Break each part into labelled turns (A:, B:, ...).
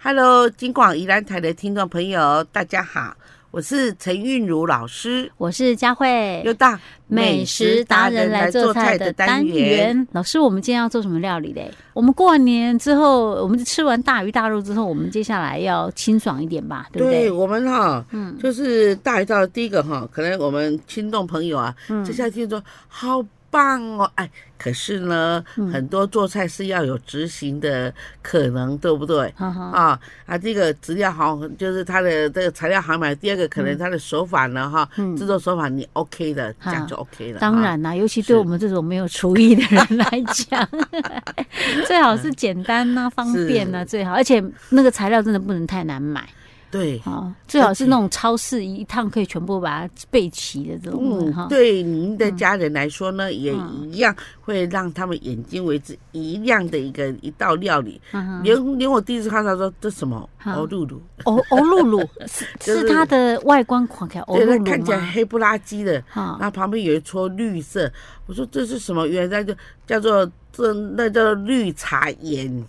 A: Hello，金广宜兰台的听众朋友，大家好，我是陈韵如老师，
B: 我是佳慧，
A: 又到
B: 美食达人来做菜的单元。老师，我们今天要做什么料理嘞？我们过完年之后，我们吃完大鱼大肉之后，我们接下来要清爽一点吧，对不对？
A: 我们哈，嗯，就是大一道第一个哈，可能我们听众朋友啊，
B: 嗯
A: 这下听说好棒哦，哎，可是呢，
B: 嗯
A: 很多做菜是要有执行的可能，对不对？
B: 哈哈，
A: 啊啊，这个只要好，就是它的这个材料好买。第二个可能它的手法呢，哈，
B: 嗯
A: 制作手法你 OK 的，这样就 OK 了。
B: 当
A: 啊
B: 然啦，尤其对我们这种没有厨艺的人来讲， 嗯最好是简单呐、方便呐、
A: 是
B: 最好。而且那个材料真的不能太难买
A: 对，嗯
B: 哦，最好是那种超市一趟可以全部把它备齐的这种哈。嗯
A: 嗯，对您的家人来说呢，也一样会让他们眼睛为之一亮的一个一道料理。
B: 嗯哼
A: 连连我第一次看到说这什么
B: 哈
A: 欧露露，
B: 欧哦欧露 露是
A: 就是
B: 是它的外观看起来欧
A: 对，
B: 哦露
A: 它
B: 露
A: 看起来啊
B: 吗？啊
A: 黑不拉几的，
B: 哈
A: 那旁边有一撮绿色，我说这是什么？原来就叫做这那叫做绿茶盐，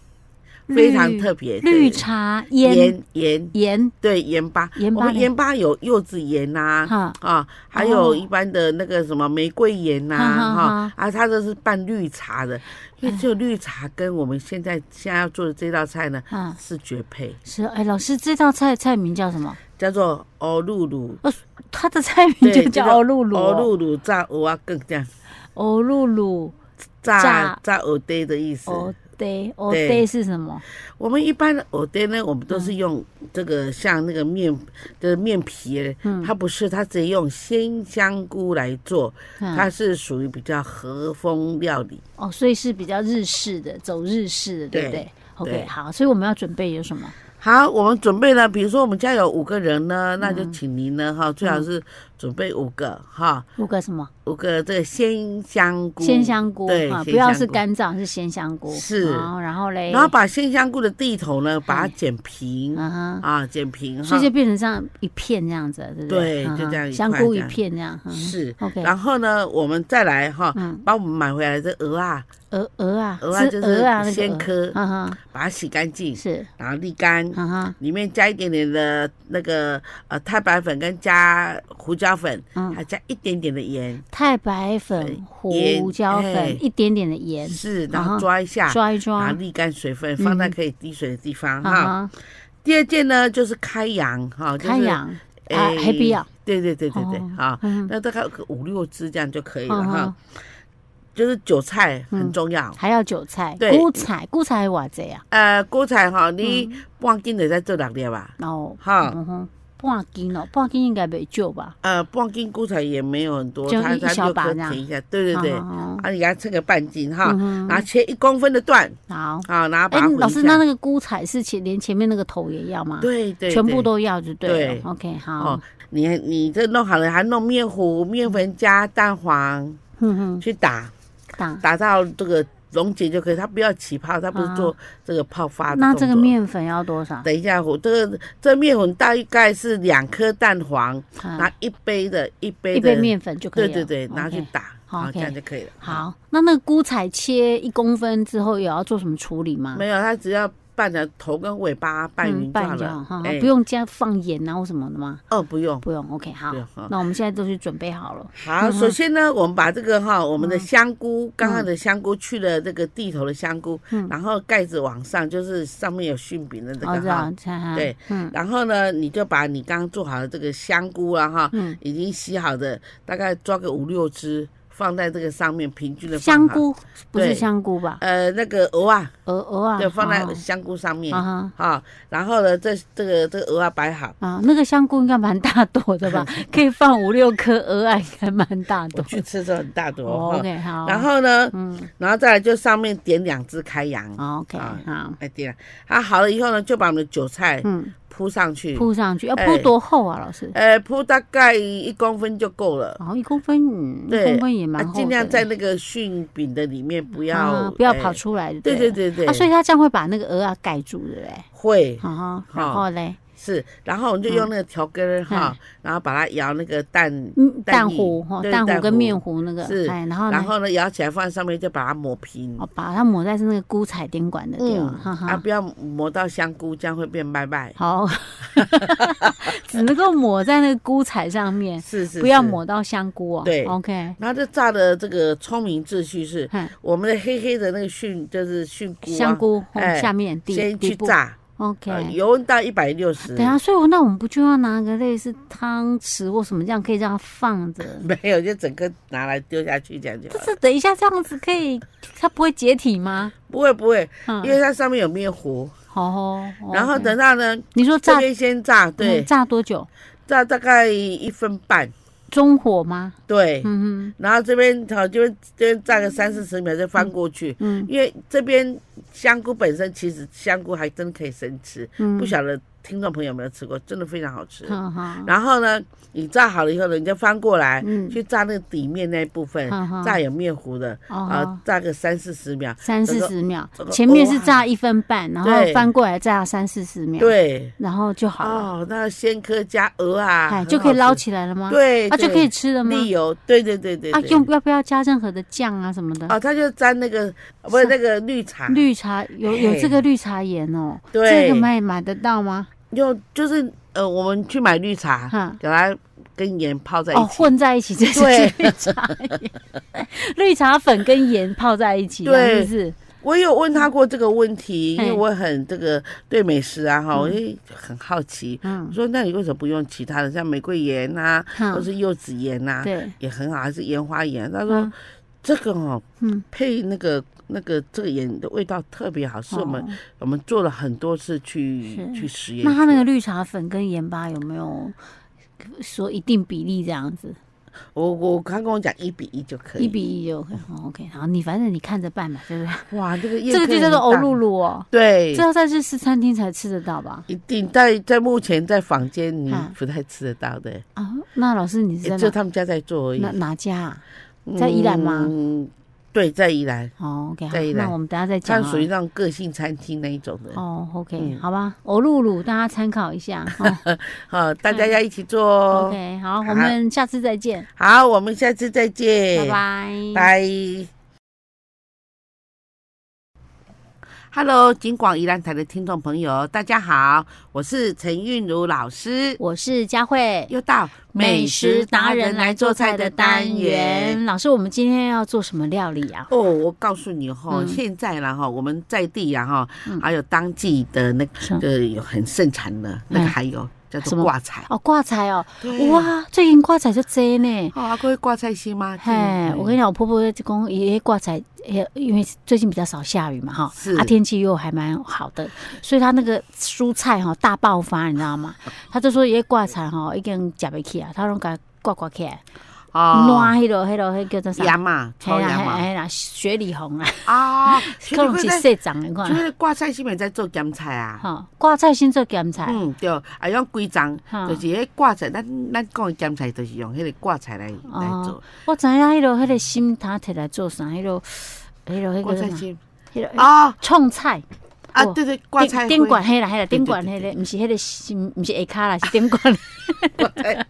A: 非常
B: 绿
A: 特别。对
B: 绿茶盐
A: 盐盐
B: 盐
A: 对盐巴，
B: 盐巴
A: 我们
B: 嘞
A: 盐巴有柚子盐呐、
B: 哈
A: 啊，还
B: 哦
A: 有一般的那个什么玫瑰盐呐、
B: 哈
A: 哈
B: 哈哈
A: 啊，它这是拌绿茶的，因为只有绿茶跟我们现在现在要做的这道菜呢
B: 啊
A: 是绝配，
B: 是哎，老师这道菜菜名叫什么？哦
A: 叫做欧露露，
B: 它的菜名 就
A: 对
B: 叫
A: 这个
B: 欧露露
A: 欧
B: 哦，
A: 露露炸鹅啊更这样
B: 欧露露炸
A: 炸炸鹅堆的意思。
B: 哦对，哦
A: 对
B: 对是什么？
A: 我们一般的藕堆呢，我们都
B: 嗯
A: 是用这个像那个面的面皮，它不是，它只用鲜香菇来做，
B: 嗯
A: 它是属于比较和风料理。
B: 哦，所以是比较日式的，走日式的，对不
A: 对
B: 对？OK，
A: 对
B: 好，所以我们要准备有什么？
A: 好，我们准备了，比如说我们家有五个人
B: 嗯
A: 呢，那就请您呢哈，最好是准备五个哈，
B: 五个什么？
A: 五个这个鲜香菇，
B: 鲜香菇
A: 对
B: 啊，不
A: 鲜
B: 要
A: 香
B: 是
A: 菇
B: 干燥，是鲜香菇。
A: 是
B: 好然后嘞，
A: 然后把鲜香菇的地头呢，把它剪平
B: 嗯哼，
A: 啊，剪平
B: 所
A: 哈
B: 以，就变成这样一片这样子，对不对？
A: 对
B: 嗯哼
A: 就这样一块
B: 香菇
A: 这
B: 一
A: 样
B: 片这样。嗯哼
A: 是
B: OK
A: 然后呢，我们再来哈
B: 嗯，
A: 把我们买回来的鹅啊。
B: 鹅鹅啊，
A: 鹅啊
B: 是
A: 就是
B: 鹅啊，那个
A: 先
B: 鹅
A: 磕
B: 啊哈，
A: 把它洗干净，
B: 是
A: 然后沥干，
B: 啊哈，
A: 里面加一点点的那个呃太白粉跟加胡椒粉，
B: 嗯
A: 还加一点点的盐，
B: 太白粉、
A: 盐
B: 胡椒
A: 哎
B: 粉，一点点的盐，
A: 是，
B: 啊
A: 然
B: 哈
A: 后抓一下，
B: 抓一
A: 然
B: 抓
A: 后，沥干水分，放在可以滴水的地方哈。
B: 啊哈，
A: 第二件呢就是开洋哈，就是
B: 开，洋啊
A: 哎，
B: 黑必要，
A: 对对对对对
B: 哦
A: 啊
B: 嗯，
A: 那大概有个五六只这样就可以了
B: 啊
A: 哈
B: 哈。
A: 就是韭菜
B: 嗯
A: 很重要，
B: 还要韭菜、
A: 对
B: 菇菜，菇菜哇这样，
A: 呃，韭菜哈，你
B: 嗯
A: 半斤得再做两粒吧。
B: 哦，
A: 哈
B: 嗯哼，半斤哦，半斤应该没救吧？
A: 呃，半斤菇菜也没有很多，
B: 就
A: 它
B: 一
A: 它
B: 小
A: 六
B: 把
A: 颗
B: 这样
A: 填一下，对对对，
B: 啊哈
A: 啊，你给它称个半斤哈，
B: 嗯哼
A: 然后切一公分的段，
B: 好，
A: 啊，然后
B: 哎
A: 把它，
B: 老
A: 混
B: 师，
A: 一
B: 那
A: 下
B: 那。个菇菜是前连前面那个头也要吗？，
A: 对对，
B: 全部
A: 对
B: 都要就对
A: 对
B: 了。OK，好嗯
A: 哦，，你你这弄好了，还弄面糊、面粉加蛋黄
B: 嗯哼，
A: 去打，
B: 打。
A: 打到这个溶解就可以，它不要起泡，它不是
B: 啊
A: 做这个泡发的
B: 那这个
A: 动作。
B: 面粉要多少？
A: 等一下，我这个这个面粉大概是两颗蛋黄，
B: 啊
A: 拿一杯的一杯
B: 一
A: 的
B: 杯，面粉就可
A: 对
B: 以了。
A: 对对，拿去
B: OK。
A: 打，啊
B: 好
A: 好，这样
B: OK
A: 就可以了。
B: 好，那那个菇彩切一公分之后，有要做什么处理吗？
A: 没有，它只要拌的头跟尾巴拌
B: 嗯
A: 匀就好
B: 就
A: 了。
B: 哈，
A: 哎
B: 不用加放盐啊或什么的吗？
A: 哦，不用。
B: 不嗯用，OK，好
A: 不用哈，
B: 那我们现在都去准备好了。
A: 好，首先呢，我们把这个
B: 嗯
A: 哈，我们的香菇，刚刚的香菇去了这个地头的香菇，然后盖子往上，就是上面有殉饼的这
B: 嗯哦，
A: 个
B: 这
A: 哈。
B: 样，哈哈
A: 对，
B: 嗯，
A: 然后呢，你就把你刚刚做好的这个香菇啊哈，
B: 嗯
A: 已经洗好的，大概抓个五六只，放在这个上面平均的
B: 香，菇不是
A: 对
B: 香菇吧？
A: 呃，那个鹅啊，
B: 鹅鹅啊，
A: 就放在
B: 哦
A: 香菇上面
B: 啊哈
A: 啊。然后呢，这这个这个鹅啊摆好，
B: 啊，那个香菇应该蛮大朵的 吧？可以放五六颗鹅啊，应该蛮大
A: 我
B: 朵。
A: 去吃的很大朵
B: 哦
A: 哈。
B: OK，好。
A: 然后呢，
B: 嗯
A: 然后再来就上面点两只开洋，
B: 哦，OK，
A: 啊
B: 好，
A: 哎点了，啊好了以后呢，就把我们的韭菜
B: 嗯，
A: 铺上去，
B: 铺上去要铺
A: 哎
B: 多厚啊，老师？
A: 呃铺大概一公分就够了，
B: 然后一公分，嗯哦一
A: 对
B: 公分也
A: 啊
B: 蛮厚的。
A: 尽量在那个絮饼的里面不要
B: 啊不要
A: 哎
B: 跑出来。啊
A: 对对对对，
B: 啊，所以它这样会把那个鹅啊盖住的嘞。
A: 会
B: 啊哈，
A: 嗯好
B: 然后嘞，
A: 是，然后我们就用那个调羹儿哈，然后把它摇那个蛋
B: 嗯，蛋
A: 液
B: 糊哈，
A: 对
B: 蛋糊
A: 蛋
B: 跟
A: 糊
B: 面糊那个，
A: 是
B: 哎，然后
A: 然
B: 呢，
A: 后呢摇起来放在上面，就把它磨平。
B: 哦，把它抹在是那个菇彩丁管的地
A: 嗯
B: 方，哈
A: 啊，
B: 哈。
A: 不要磨到香菇，这样会变拜拜。
B: 好，只能够抹在那个菇彩上面，
A: 是是，
B: 嗯不要
A: 是。
B: 抹到香菇哦。
A: 对
B: ，OK，
A: 然后这炸的这个聪明秩序是，
B: 嗨
A: 我们的黑黑的那个菌就是菌菇、啊，
B: 香菇哦
A: 哎
B: 下面底
A: 先
B: 底
A: 去
B: 部
A: 炸，呃
B: ，OK。
A: 油温到一百六十。
B: 对啊，所以我那我们不就要拿个类似汤匙或什么这样可以让它放着？
A: 没有，就整个拿来丢下去这样就好
B: 但
A: 了。
B: 是等一下这样子可以，它不会解体吗？
A: 不会不会，
B: 嗯
A: 因，为它上面有面糊，
B: 好哦。
A: 然后
B: OK
A: 等到呢，
B: 你说
A: 这
B: 炸
A: 边先炸，对，
B: 嗯炸多久？
A: 炸大概一分半，
B: 中火吗？
A: 对。
B: 嗯
A: 然后这边好，这边这边炸个三四十秒，再翻过去。
B: 嗯
A: 因为这边香菇本身其实香菇还真可以生吃，
B: 嗯
A: 不晓得听众朋友有没有吃过，真的非常好吃
B: 哼，。哈哈，
A: 然后呢，你炸好了以后呢，你就翻过来
B: 嗯
A: 去炸那个底面那一部分
B: 嗯哼，
A: 炸有面糊的
B: 哦
A: 啊，炸个三四十秒。
B: 三四
A: 整个
B: 十秒
A: 整，个
B: 前面是
A: 哇
B: 炸一分半，然后
A: 对
B: 翻过来炸三四十秒，，
A: 对，
B: 然后就好了，
A: 哦，那鲜科加鹅啊，
B: 哎，
A: 很
B: 就可以
A: 好
B: 捞
A: 吃，
B: 起来了吗？，
A: 对，
B: 啊，就
A: 对
B: 可以吃了吗？
A: 沥油，对对对对
B: 啊，
A: 对
B: 用要不要加任何的酱啊什么的？
A: 哦，它就沾那个不是那个绿茶，
B: 绿茶有有
A: 嘿
B: 这个绿茶盐哦，
A: 对
B: 这个买买得到吗？
A: 用就是呃，我们去买绿
B: 哈
A: 茶，给它跟盐泡在一
B: 哦，
A: 起，
B: 混在一起，这就是
A: 对
B: 绿茶盐， 绿茶粉跟盐泡在一起，啊
A: 对
B: 是不是？
A: 我有问他过这个问题，因
B: 嘿
A: 为我很这个对美食啊哈，我就很好奇。
B: 嗯
A: 我，说那你为什么不用其他的，像玫瑰盐呐、
B: 哈
A: 或是柚子盐呐、
B: 对，
A: 也很好，还是盐花盐？啊他说、
B: 嗯
A: 这个哦，
B: 嗯
A: 配那个那个这个盐的味道特别好，是我们、
B: 哦
A: 我们做了很多次去
B: 是
A: 去实验出
B: 那
A: 来。
B: 它那个绿茶粉跟盐巴有没有说一定比例这样子？
A: 我我他跟我讲一比一就可以，
B: 一比一就 OK、哦、OK。好，你反正你看着办嘛，对不对？
A: 哇，这个
B: 这个就叫做欧露
A: 露，
B: 露哦，
A: 对
B: 这。要在日式餐厅才吃得到吧？
A: 一定在在目前在坊间你
B: 啊
A: 不太吃得到的，
B: 啊，那老师你是在
A: 就
B: 哪
A: 他们家在做而已
B: 哪。哪家、啊？在宜兰吗
A: 嗯，对，在宜兰，
B: 哦，OK，好
A: 在，宜兰
B: 那我们等一下再
A: 它
B: 讲、啊。
A: 属于那种个性餐厅那一种的，
B: 哦，OK，、
A: 嗯
B: 好吧，欧露露大家参考一下。哦、
A: 好，大家要一起做哦。
B: OK，好，我们下次再见，
A: 好，我们下次再见，
B: 拜拜。
A: 拜。Hello，金广宜兰台的听众朋友，大家好，我是陈韵如老师，
B: 我是佳慧，
A: 又到
B: 老师，我们今天要做什么料理啊？
A: 哦，我告诉你哈、
B: 嗯
A: 现在啦哈，我们在地呀哈
B: 嗯，
A: 还有当季的那
B: 是
A: 个，就是有很盛产的，那个还有叫
B: 嗯什
A: 做
B: 么
A: 挂彩。
B: 哦，挂彩哦，
A: 对啊！
B: 哇，最近挂彩就多呢。
A: 哦，阿哥会挂菜心吗？
B: 嘿，我跟你
A: 你
B: 讲，我婆婆就讲，爷挂彩，也因为最近比较少下雨嘛，哈，
A: 是
B: 啊，天气又还蛮好的，所以她那个蔬菜哈大爆发，你知道吗？ 她就说爷挂彩哈，已经夹不起啊，她拢给它挂挂起来，暖迄落迄落迄叫做啥
A: 哦鸭？嘛，
B: 嘿
A: 炒
B: 啦
A: 鸭
B: 嘿
A: 嘛
B: 嘿啦，雪里 红啦，
A: 啊，
B: 可能是啊
A: 就是
B: 细长的款，
A: 挂菜心咪在做咸菜啊。
B: 哈，挂菜先做咸菜，
A: 嗯，对，啊，用规章，
B: 嗯
A: 就是迄挂菜，咱咱讲的咸菜，就是用迄个挂菜来
B: 哦
A: 来做
B: 我知影迄落迄个心他摕来做啥，迄落迄落
A: 挂
B: 迄
A: 菜
B: 个啥，
A: 心。
B: 迄落
A: 哦
B: 创菜。
A: 啊
B: 哎哦，
A: 对对，挂菜
B: 顶顶管
A: 灰，
B: 迄啦，迄啦，
A: 对
B: 顶管迄个，毋是迄个心，毋是下骹啦，是 顶管。
A: 挂菜，哎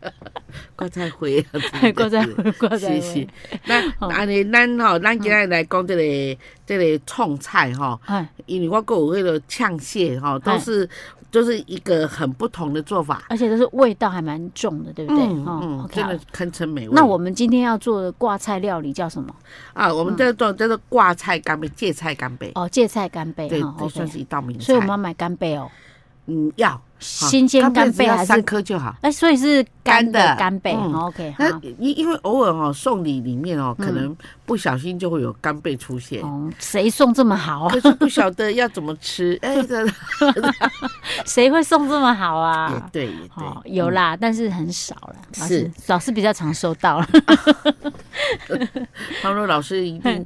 A: 挂菜灰，
B: 挂菜
A: 嗯对对
B: 挂菜灰
A: 是是。那安尼，咱吼，咱今仔来讲这个这个创菜吼，
B: 哎
A: 因为我还有迄个呛蟹吼，
B: 哎
A: 都是就是一个很不同的做法。
B: 而且都是味道还蛮重的，对不对？哦
A: 嗯，
B: ，OK
A: 真
B: 好
A: 的。堪称美味。
B: 那我们今天要做的挂菜料理叫什么？
A: 啊，我们这做叫做挂菜干贝、芥菜干贝，
B: 哦，芥菜干贝
A: 对，
B: 哈
A: 这
B: ，OK
A: 算。是一道名菜。
B: 所以我们要买干贝哦，
A: 嗯要
B: 新鲜干贝还
A: 要三
B: 是？
A: 颗就好。
B: 哎，所以是干
A: 干
B: 的
A: 的
B: 干贝
A: 嗯
B: 哦，OK 好。
A: 那因因为偶尔哈送礼里面哦，可能不小心就会有干贝出现，
B: 嗯哦，谁送这么好啊
A: 可？是不晓得要怎么吃。哎，这
B: 谁会送这么好
A: 也
B: 啊？
A: 对也
B: 哦，
A: 对，嗯
B: 有啦，但是很少了。老师
A: 是，
B: 老师比较常收到了。
A: 他们说老师一定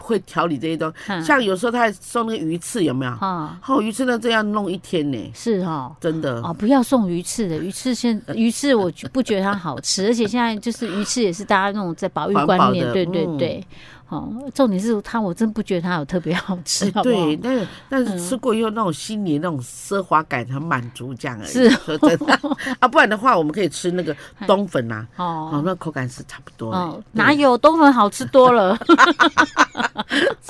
A: 会调理这些东西。
B: 嗯
A: 像有时候他还送那个鱼翅，有没有？
B: 哦，
A: 哦，鱼翅那这样弄一天呢，
B: 是哦。
A: 真的。
B: 哦，不要送鱼翅的，鱼 翅现鱼翅我就不觉得它好吃，而且现在就是鱼翅也是大家那种在保育
A: 环保
B: 观念，
A: 的
B: 对对
A: 嗯
B: 对，好，重点是它，我真不觉得它有特别好吃，好不好？
A: 哎对，
B: 嗯
A: 但是但是吃过以后那种心里那种奢华感很满足这样而已。
B: 是
A: 说真的 啊，不然的话我们可以吃那个冬粉呐、啊，
B: 哦
A: 哦，那口感是差不多的
B: 哦。，哪有冬粉好吃多 了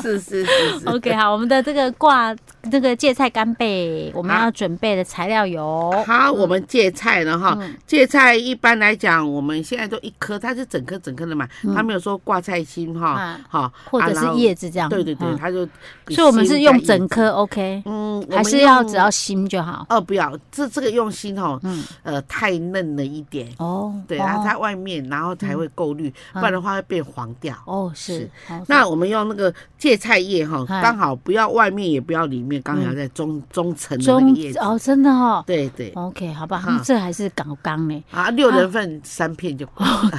A: 是是是是，
B: ？OK，好，我们的这个挂这个芥菜干贝，我们
A: 好
B: 要准备的材料有，
A: 好，我们芥菜了哈。
B: 嗯
A: 芥菜一般来讲，我们现在都一颗，它是整颗整颗的嘛，它没有说挂菜心哈
B: 嗯啊，
A: 哈，
B: 或者
A: 啊然
B: 是
A: 后
B: 叶子这样。
A: 对对对，
B: 嗯
A: 它就比
B: 所以我们是
A: 心加
B: 用
A: 叶
B: 整
A: 子，
B: 颗 OK，
A: 嗯，我
B: 还
A: 们
B: 是要
A: 用
B: 只要心就好？
A: 哦，不要，这这个用心哦，
B: 嗯
A: 呃，太嫩了一点，
B: 哦，
A: 对，啊
B: 哦嗯
A: 它在外面，然后才会够绿，不然的话会变黄掉。
B: 哦是
A: 是，
B: 好
A: 那我们用那个芥菜叶哈，
B: 嗨嗯
A: 刚好不要外面也不要里面，刚好在中中层的那
B: 中
A: 个叶子。
B: 哦真的哦
A: 对对，
B: ，OK 好吧，
A: 哈
B: 嗯这还是搞刚呢。
A: 啊，六人份三片就够了。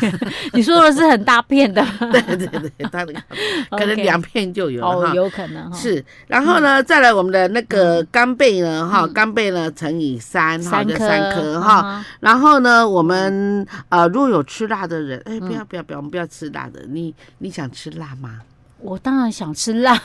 B: 你说的是很大片的，
A: 对对对，它那个可能
B: 哦 OK
A: 两片就 有了
B: 哦
A: 哈。
B: 有可能哈，
A: 是，然后呢，再来我们的那个干贝呢，哈，干贝呢乘以三，哈，
B: 嗯三
A: 就
B: 颗
A: 三颗哈。，
B: 啊
A: 然后呢，我
B: 嗯
A: 们呃，如果有吃辣的人，哎，不要不要不要，我们不要吃辣的。你你想吃辣吗？
B: 我当然想吃 辣，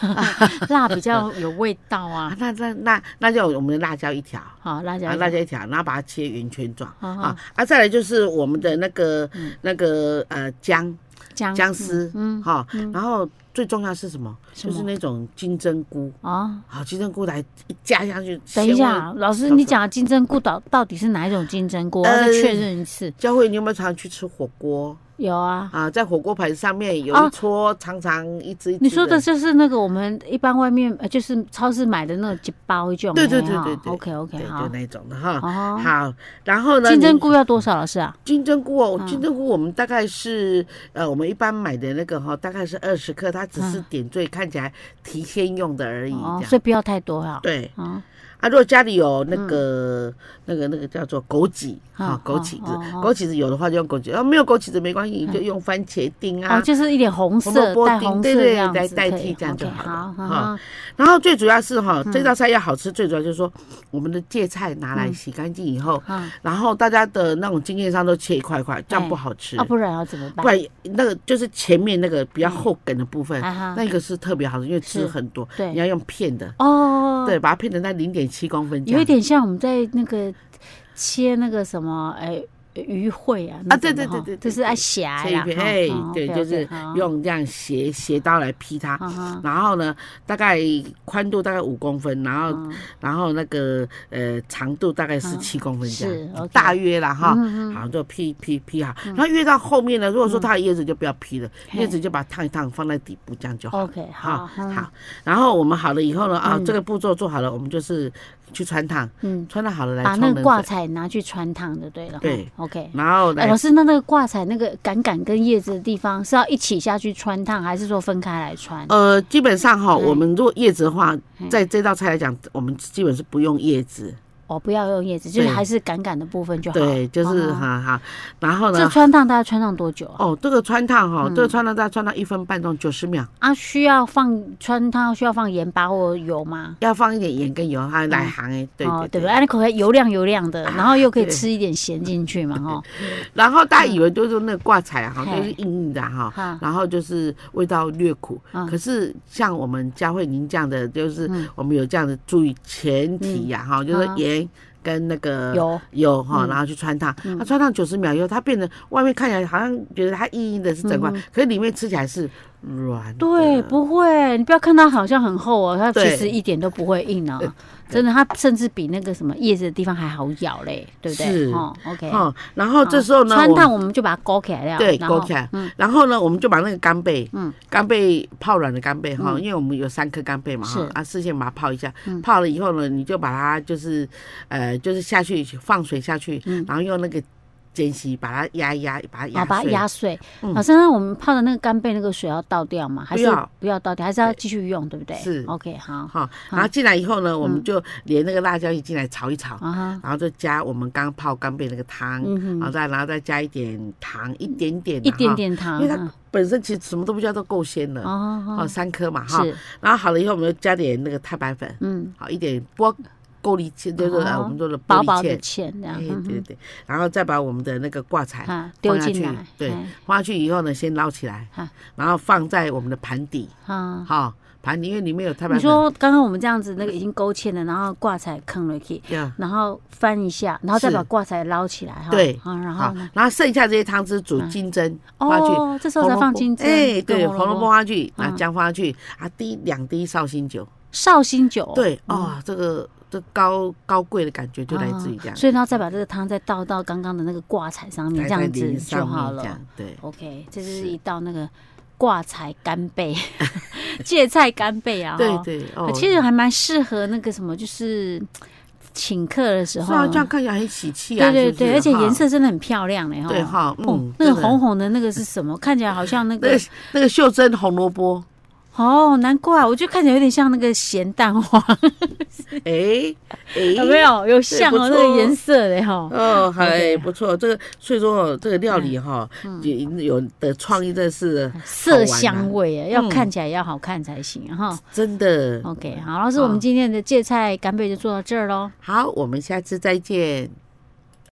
B: 辣比较有味道
A: 啊
B: 啊，。
A: 那那那那就我们的辣椒一条，啊，
B: 好，辣椒
A: 辣椒一条，然后把它切圆圈状
B: 啊
A: 啊啊。再来就是我们的那个那个呃姜
B: 嗯姜
A: 姜丝，
B: 嗯
A: 哈，然后最重要是什么？
B: 什
A: 就
B: 么
A: 是那种金针菇，
B: 啊。
A: 好，金针菇来一加下去，
B: 等
A: 鲜
B: 一
A: 味。
B: 下，老师，
A: 小
B: 你
A: 时候
B: 讲的金针菇到到底是哪一种金针菇？我要再
A: 呃
B: 确认一次。
A: 佳慧，你有没有常去吃火锅
B: 有啊，
A: 啊？在火锅盘上面有
B: 啊
A: 一撮长长一只一只。
B: 你说的就是那个我们一般外面呃就是超市买的那种一包一种的
A: 对
B: 哈。
A: 对对对对
B: OK OK
A: 对，
B: 好
A: 就。那一种的哈。
B: 哦，
A: 好，然后呢？
B: 金针
A: 你
B: 菇要多少，老师啊？
A: 金针菇哦，
B: 嗯
A: 金针菇我们大概是呃，我们一般买的那个哈、大概是二十克，它只是点缀，看起来提鲜用的而已。
B: 嗯哦
A: 这，
B: 所以
A: 样
B: 不要太多啊。
A: 对
B: 啊，
A: 啊，如果家里有那个、那个那个叫做枸杞
B: 嗯
A: 啊，枸杞子
B: 哦哦，哦嗯
A: 枸杞子有的话就用枸杞，然后没有枸杞子没关系，你就用番茄丁啊
B: 哦，。就是一点红
A: 红萝
B: 色
A: 卜
B: 带
A: 丁
B: 红色
A: 对
B: 这
A: 对
B: 样
A: 来
B: 子
A: 代
B: 可以
A: 替这样就
B: OK，
A: 好了
B: 好，
A: 哈
B: 哈
A: 然后最主要是
B: 嗯
A: 哈、这道菜要好吃，最主要就是说我们的芥菜拿
B: 嗯
A: 来洗干净以后，
B: 哈
A: 然后大家的那种经验上都切一块一块，这样不好吃。
B: 啊，不然要怎么办
A: 不？然那个就是前面那个比较后梗的部分，
B: 嗯啊哈
A: 那个是特别好的，因为汁
B: 是
A: 很多，
B: 对
A: 你要用片的，
B: 哦，
A: 对，把它片成在零点七公分这
B: 有一
A: 样。
B: 点像我们在那个切那个什么，哎、鱼会啊，那
A: 啊对
B: 种的
A: 对
B: 哈
A: 对对
B: 就是爱狭
A: 切一
B: 呀，
A: 片，
B: 哈
A: 哎
B: 哦，
A: 对，
B: OK，OK，
A: 就是
B: 好
A: 用这样斜斜刀来劈它，
B: 啊哈
A: 然后呢，大概宽度大概五公分，然后
B: 嗯
A: 然后那个呃长度大概是七公分这
B: 是
A: 样，
B: ，OK
A: 大约啦哈
B: 嗯。
A: 好，就劈劈劈好，然后越到后面呢，如果说它的叶子就不要劈了，
B: 嘿
A: 叶子就把它烫一烫，放在底部这样就好。
B: ，OK，好，
A: 好
B: 哈，
A: 好，然后我们好了以后呢，啊，这个步骤做好了，我们就是去穿烫，
B: 嗯，
A: 穿烫好了来
B: 把
A: 冲
B: 那个
A: 冷
B: 挂
A: 水，
B: 彩拿去穿烫就对了，哈
A: 对
B: ，OK。
A: 然后
B: 哎，
A: 来
B: 老师，那那个挂彩那个杆杆跟叶子的地方是要一起下去穿烫，还是说分开来穿？
A: 呃，基本上哈，
B: 嗯
A: 我们如果叶子的话
B: 嗯，
A: 在这道菜来讲，我们基本是不用叶子，
B: 哦，不要用叶子，就是
A: 对
B: 还是杆杆的部分就好。
A: 对，就是
B: 哦
A: 哈哈，然后
B: 这
A: 呢，
B: 穿烫大概穿烫多久啊？
A: 哦，这个穿烫哈，
B: 嗯
A: 这个穿烫大概穿到一分半钟，九十秒，
B: 啊，需要放穿烫需要放盐巴或油吗？
A: 要放一点盐跟油，还有奶行哎，对
B: 哦，对
A: 对
B: 不对？啊，那口味油亮油亮的，然后又可以
A: 对
B: 吃一点咸进去嘛，哦哈。
A: 然后大家以为就是那个挂彩哈，
B: 嘿
A: 就是硬硬的哈，
B: 哈
A: 然后就是味道略苦。
B: 嗯
A: 可是像我们佳慧您这样的，就是
B: 嗯
A: 我们有这样的注意前提呀、哈、就是盐跟那个
B: 油嗯
A: 油哈，然后去穿烫，它、啊穿烫九十秒以后，它变得外面看起来好像觉得它硬硬的是整块，可是里面吃起来是软的。
B: 嗯对，不会，你不要看它好像很厚哦，它其
A: 啊对
B: 实一点都不会硬啊
A: 对，
B: 真的，它甚至比那个什么叶子的地方还好咬嘞，对不对？
A: 是
B: 哦，OK。
A: 哈、然后这时候呢，
B: 嗯穿
A: 我们
B: 烫我们就把它勾起来了，
A: 对
B: 然后
A: 勾起来
B: 嗯，
A: 然后呢，我们就把那个干贝，
B: 嗯
A: 干贝泡软的干贝哈，因为我们有三颗干贝嘛
B: 是嗯
A: 哈，啊，事先把它泡一下，泡了以后呢，你就把它就是，呃，就是下去放水下去，然后用那个煎洗把它压一压，把它
B: 好，
A: 压
B: 嗯啊把它
A: 碎。
B: 压碎。
A: 嗯
B: 老师，那我们泡的那个干贝那个水要倒掉吗？还是
A: 不要
B: 不要倒掉？还是要继续用，对不对？
A: 是
B: OK，好。
A: 哈，然后进来以后呢，我们就连那个辣椒一进来炒一炒，
B: 啊哈，
A: 然后就加我们刚泡干贝那个汤，
B: 嗯
A: 然后
B: 哼，
A: 再然后再加一点糖，一点点啦，
B: 一点
A: 哈，
B: 点糖嗯
A: 因为，它本身其实什么都不需要，都够鲜
B: 啊
A: 了，
B: 啊
A: 哦，
B: 啊
A: 三颗嘛哈，
B: 是，
A: 然后好了以后，我们就加点那个太白粉，
B: 嗯，
A: 好一点波玻璃签，就是啊，
B: 哦
A: 我们做的玻
B: 薄薄
A: 璃
B: 的
A: 签。
B: 芡这样
A: 哎，
B: 嗯
A: 对
B: 哼
A: 对，然后再把我们的那个挂彩
B: 啊
A: 放
B: 丢
A: 下
B: 进
A: 去
B: 来，，
A: 对，
B: 哎
A: 放下去以后呢，先捞起来
B: 啊，
A: 然后放在我们的盘底，
B: 啊。
A: 哈，盘底因为里面有太白粉，
B: 你说刚刚我们这样子，那个已经勾芡了，然后挂彩坑了去，
A: 呀
B: 然后翻一下，然后再
A: 是
B: 把挂彩捞起来哈。
A: 对
B: 啊，然
A: 好
B: 后呢？，
A: 然后剩下这些汤汁煮金针，放下去，
B: 哦，这时候才放金针，
A: 哎，对，
B: 跟
A: 红萝卜，放下去，
B: 嗯
A: 拿姜放下去，啊，滴两滴绍兴酒，
B: 绍兴酒，
A: 对，
B: 嗯
A: 哦，这个这高高贵的感觉就来自于这
B: 啊
A: 样，
B: 所以他再把这个汤再倒到刚刚的那个挂彩上面，
A: 来在
B: 这样
A: 淋
B: 子就
A: 上面
B: 好
A: 这
B: 了
A: 样。对，
B: OK，这就是是一道那个挂彩干 贝，芥菜干贝啊。
A: 对
B: 哈。
A: 对，哦，
B: 其实还蛮适合那个什么，就是请客的时
A: 是
B: 候。
A: 啊，这样看起来很喜气啊，
B: 对对
A: 是不
B: 对，
A: 是
B: 而且
A: 哈
B: 颜色真的很漂亮嘞哈。
A: 对哈，
B: 哦
A: 嗯，，
B: 那个
A: 真的
B: 红红的那个是什么？看起来好像那
A: 那
B: 个
A: 个那个袖珍红萝卜，
B: 哦，难怪我就看起来有点像那个咸蛋黄，
A: 哎哎，
B: 有没？有？有像
A: 不
B: 哦，那个
A: 错
B: 颜色嘞哈。
A: 哦，还
B: OK 嗯
A: 不错，这个所以说哦这个料理哈，也有的创意真的是啊
B: 色香味啊，要
A: 嗯
B: 看起来要好看才行啊哈、
A: 真的
B: OK，好，老师，我们今天的芥菜干贝就做到这儿喽。
A: 好，我们下次再见。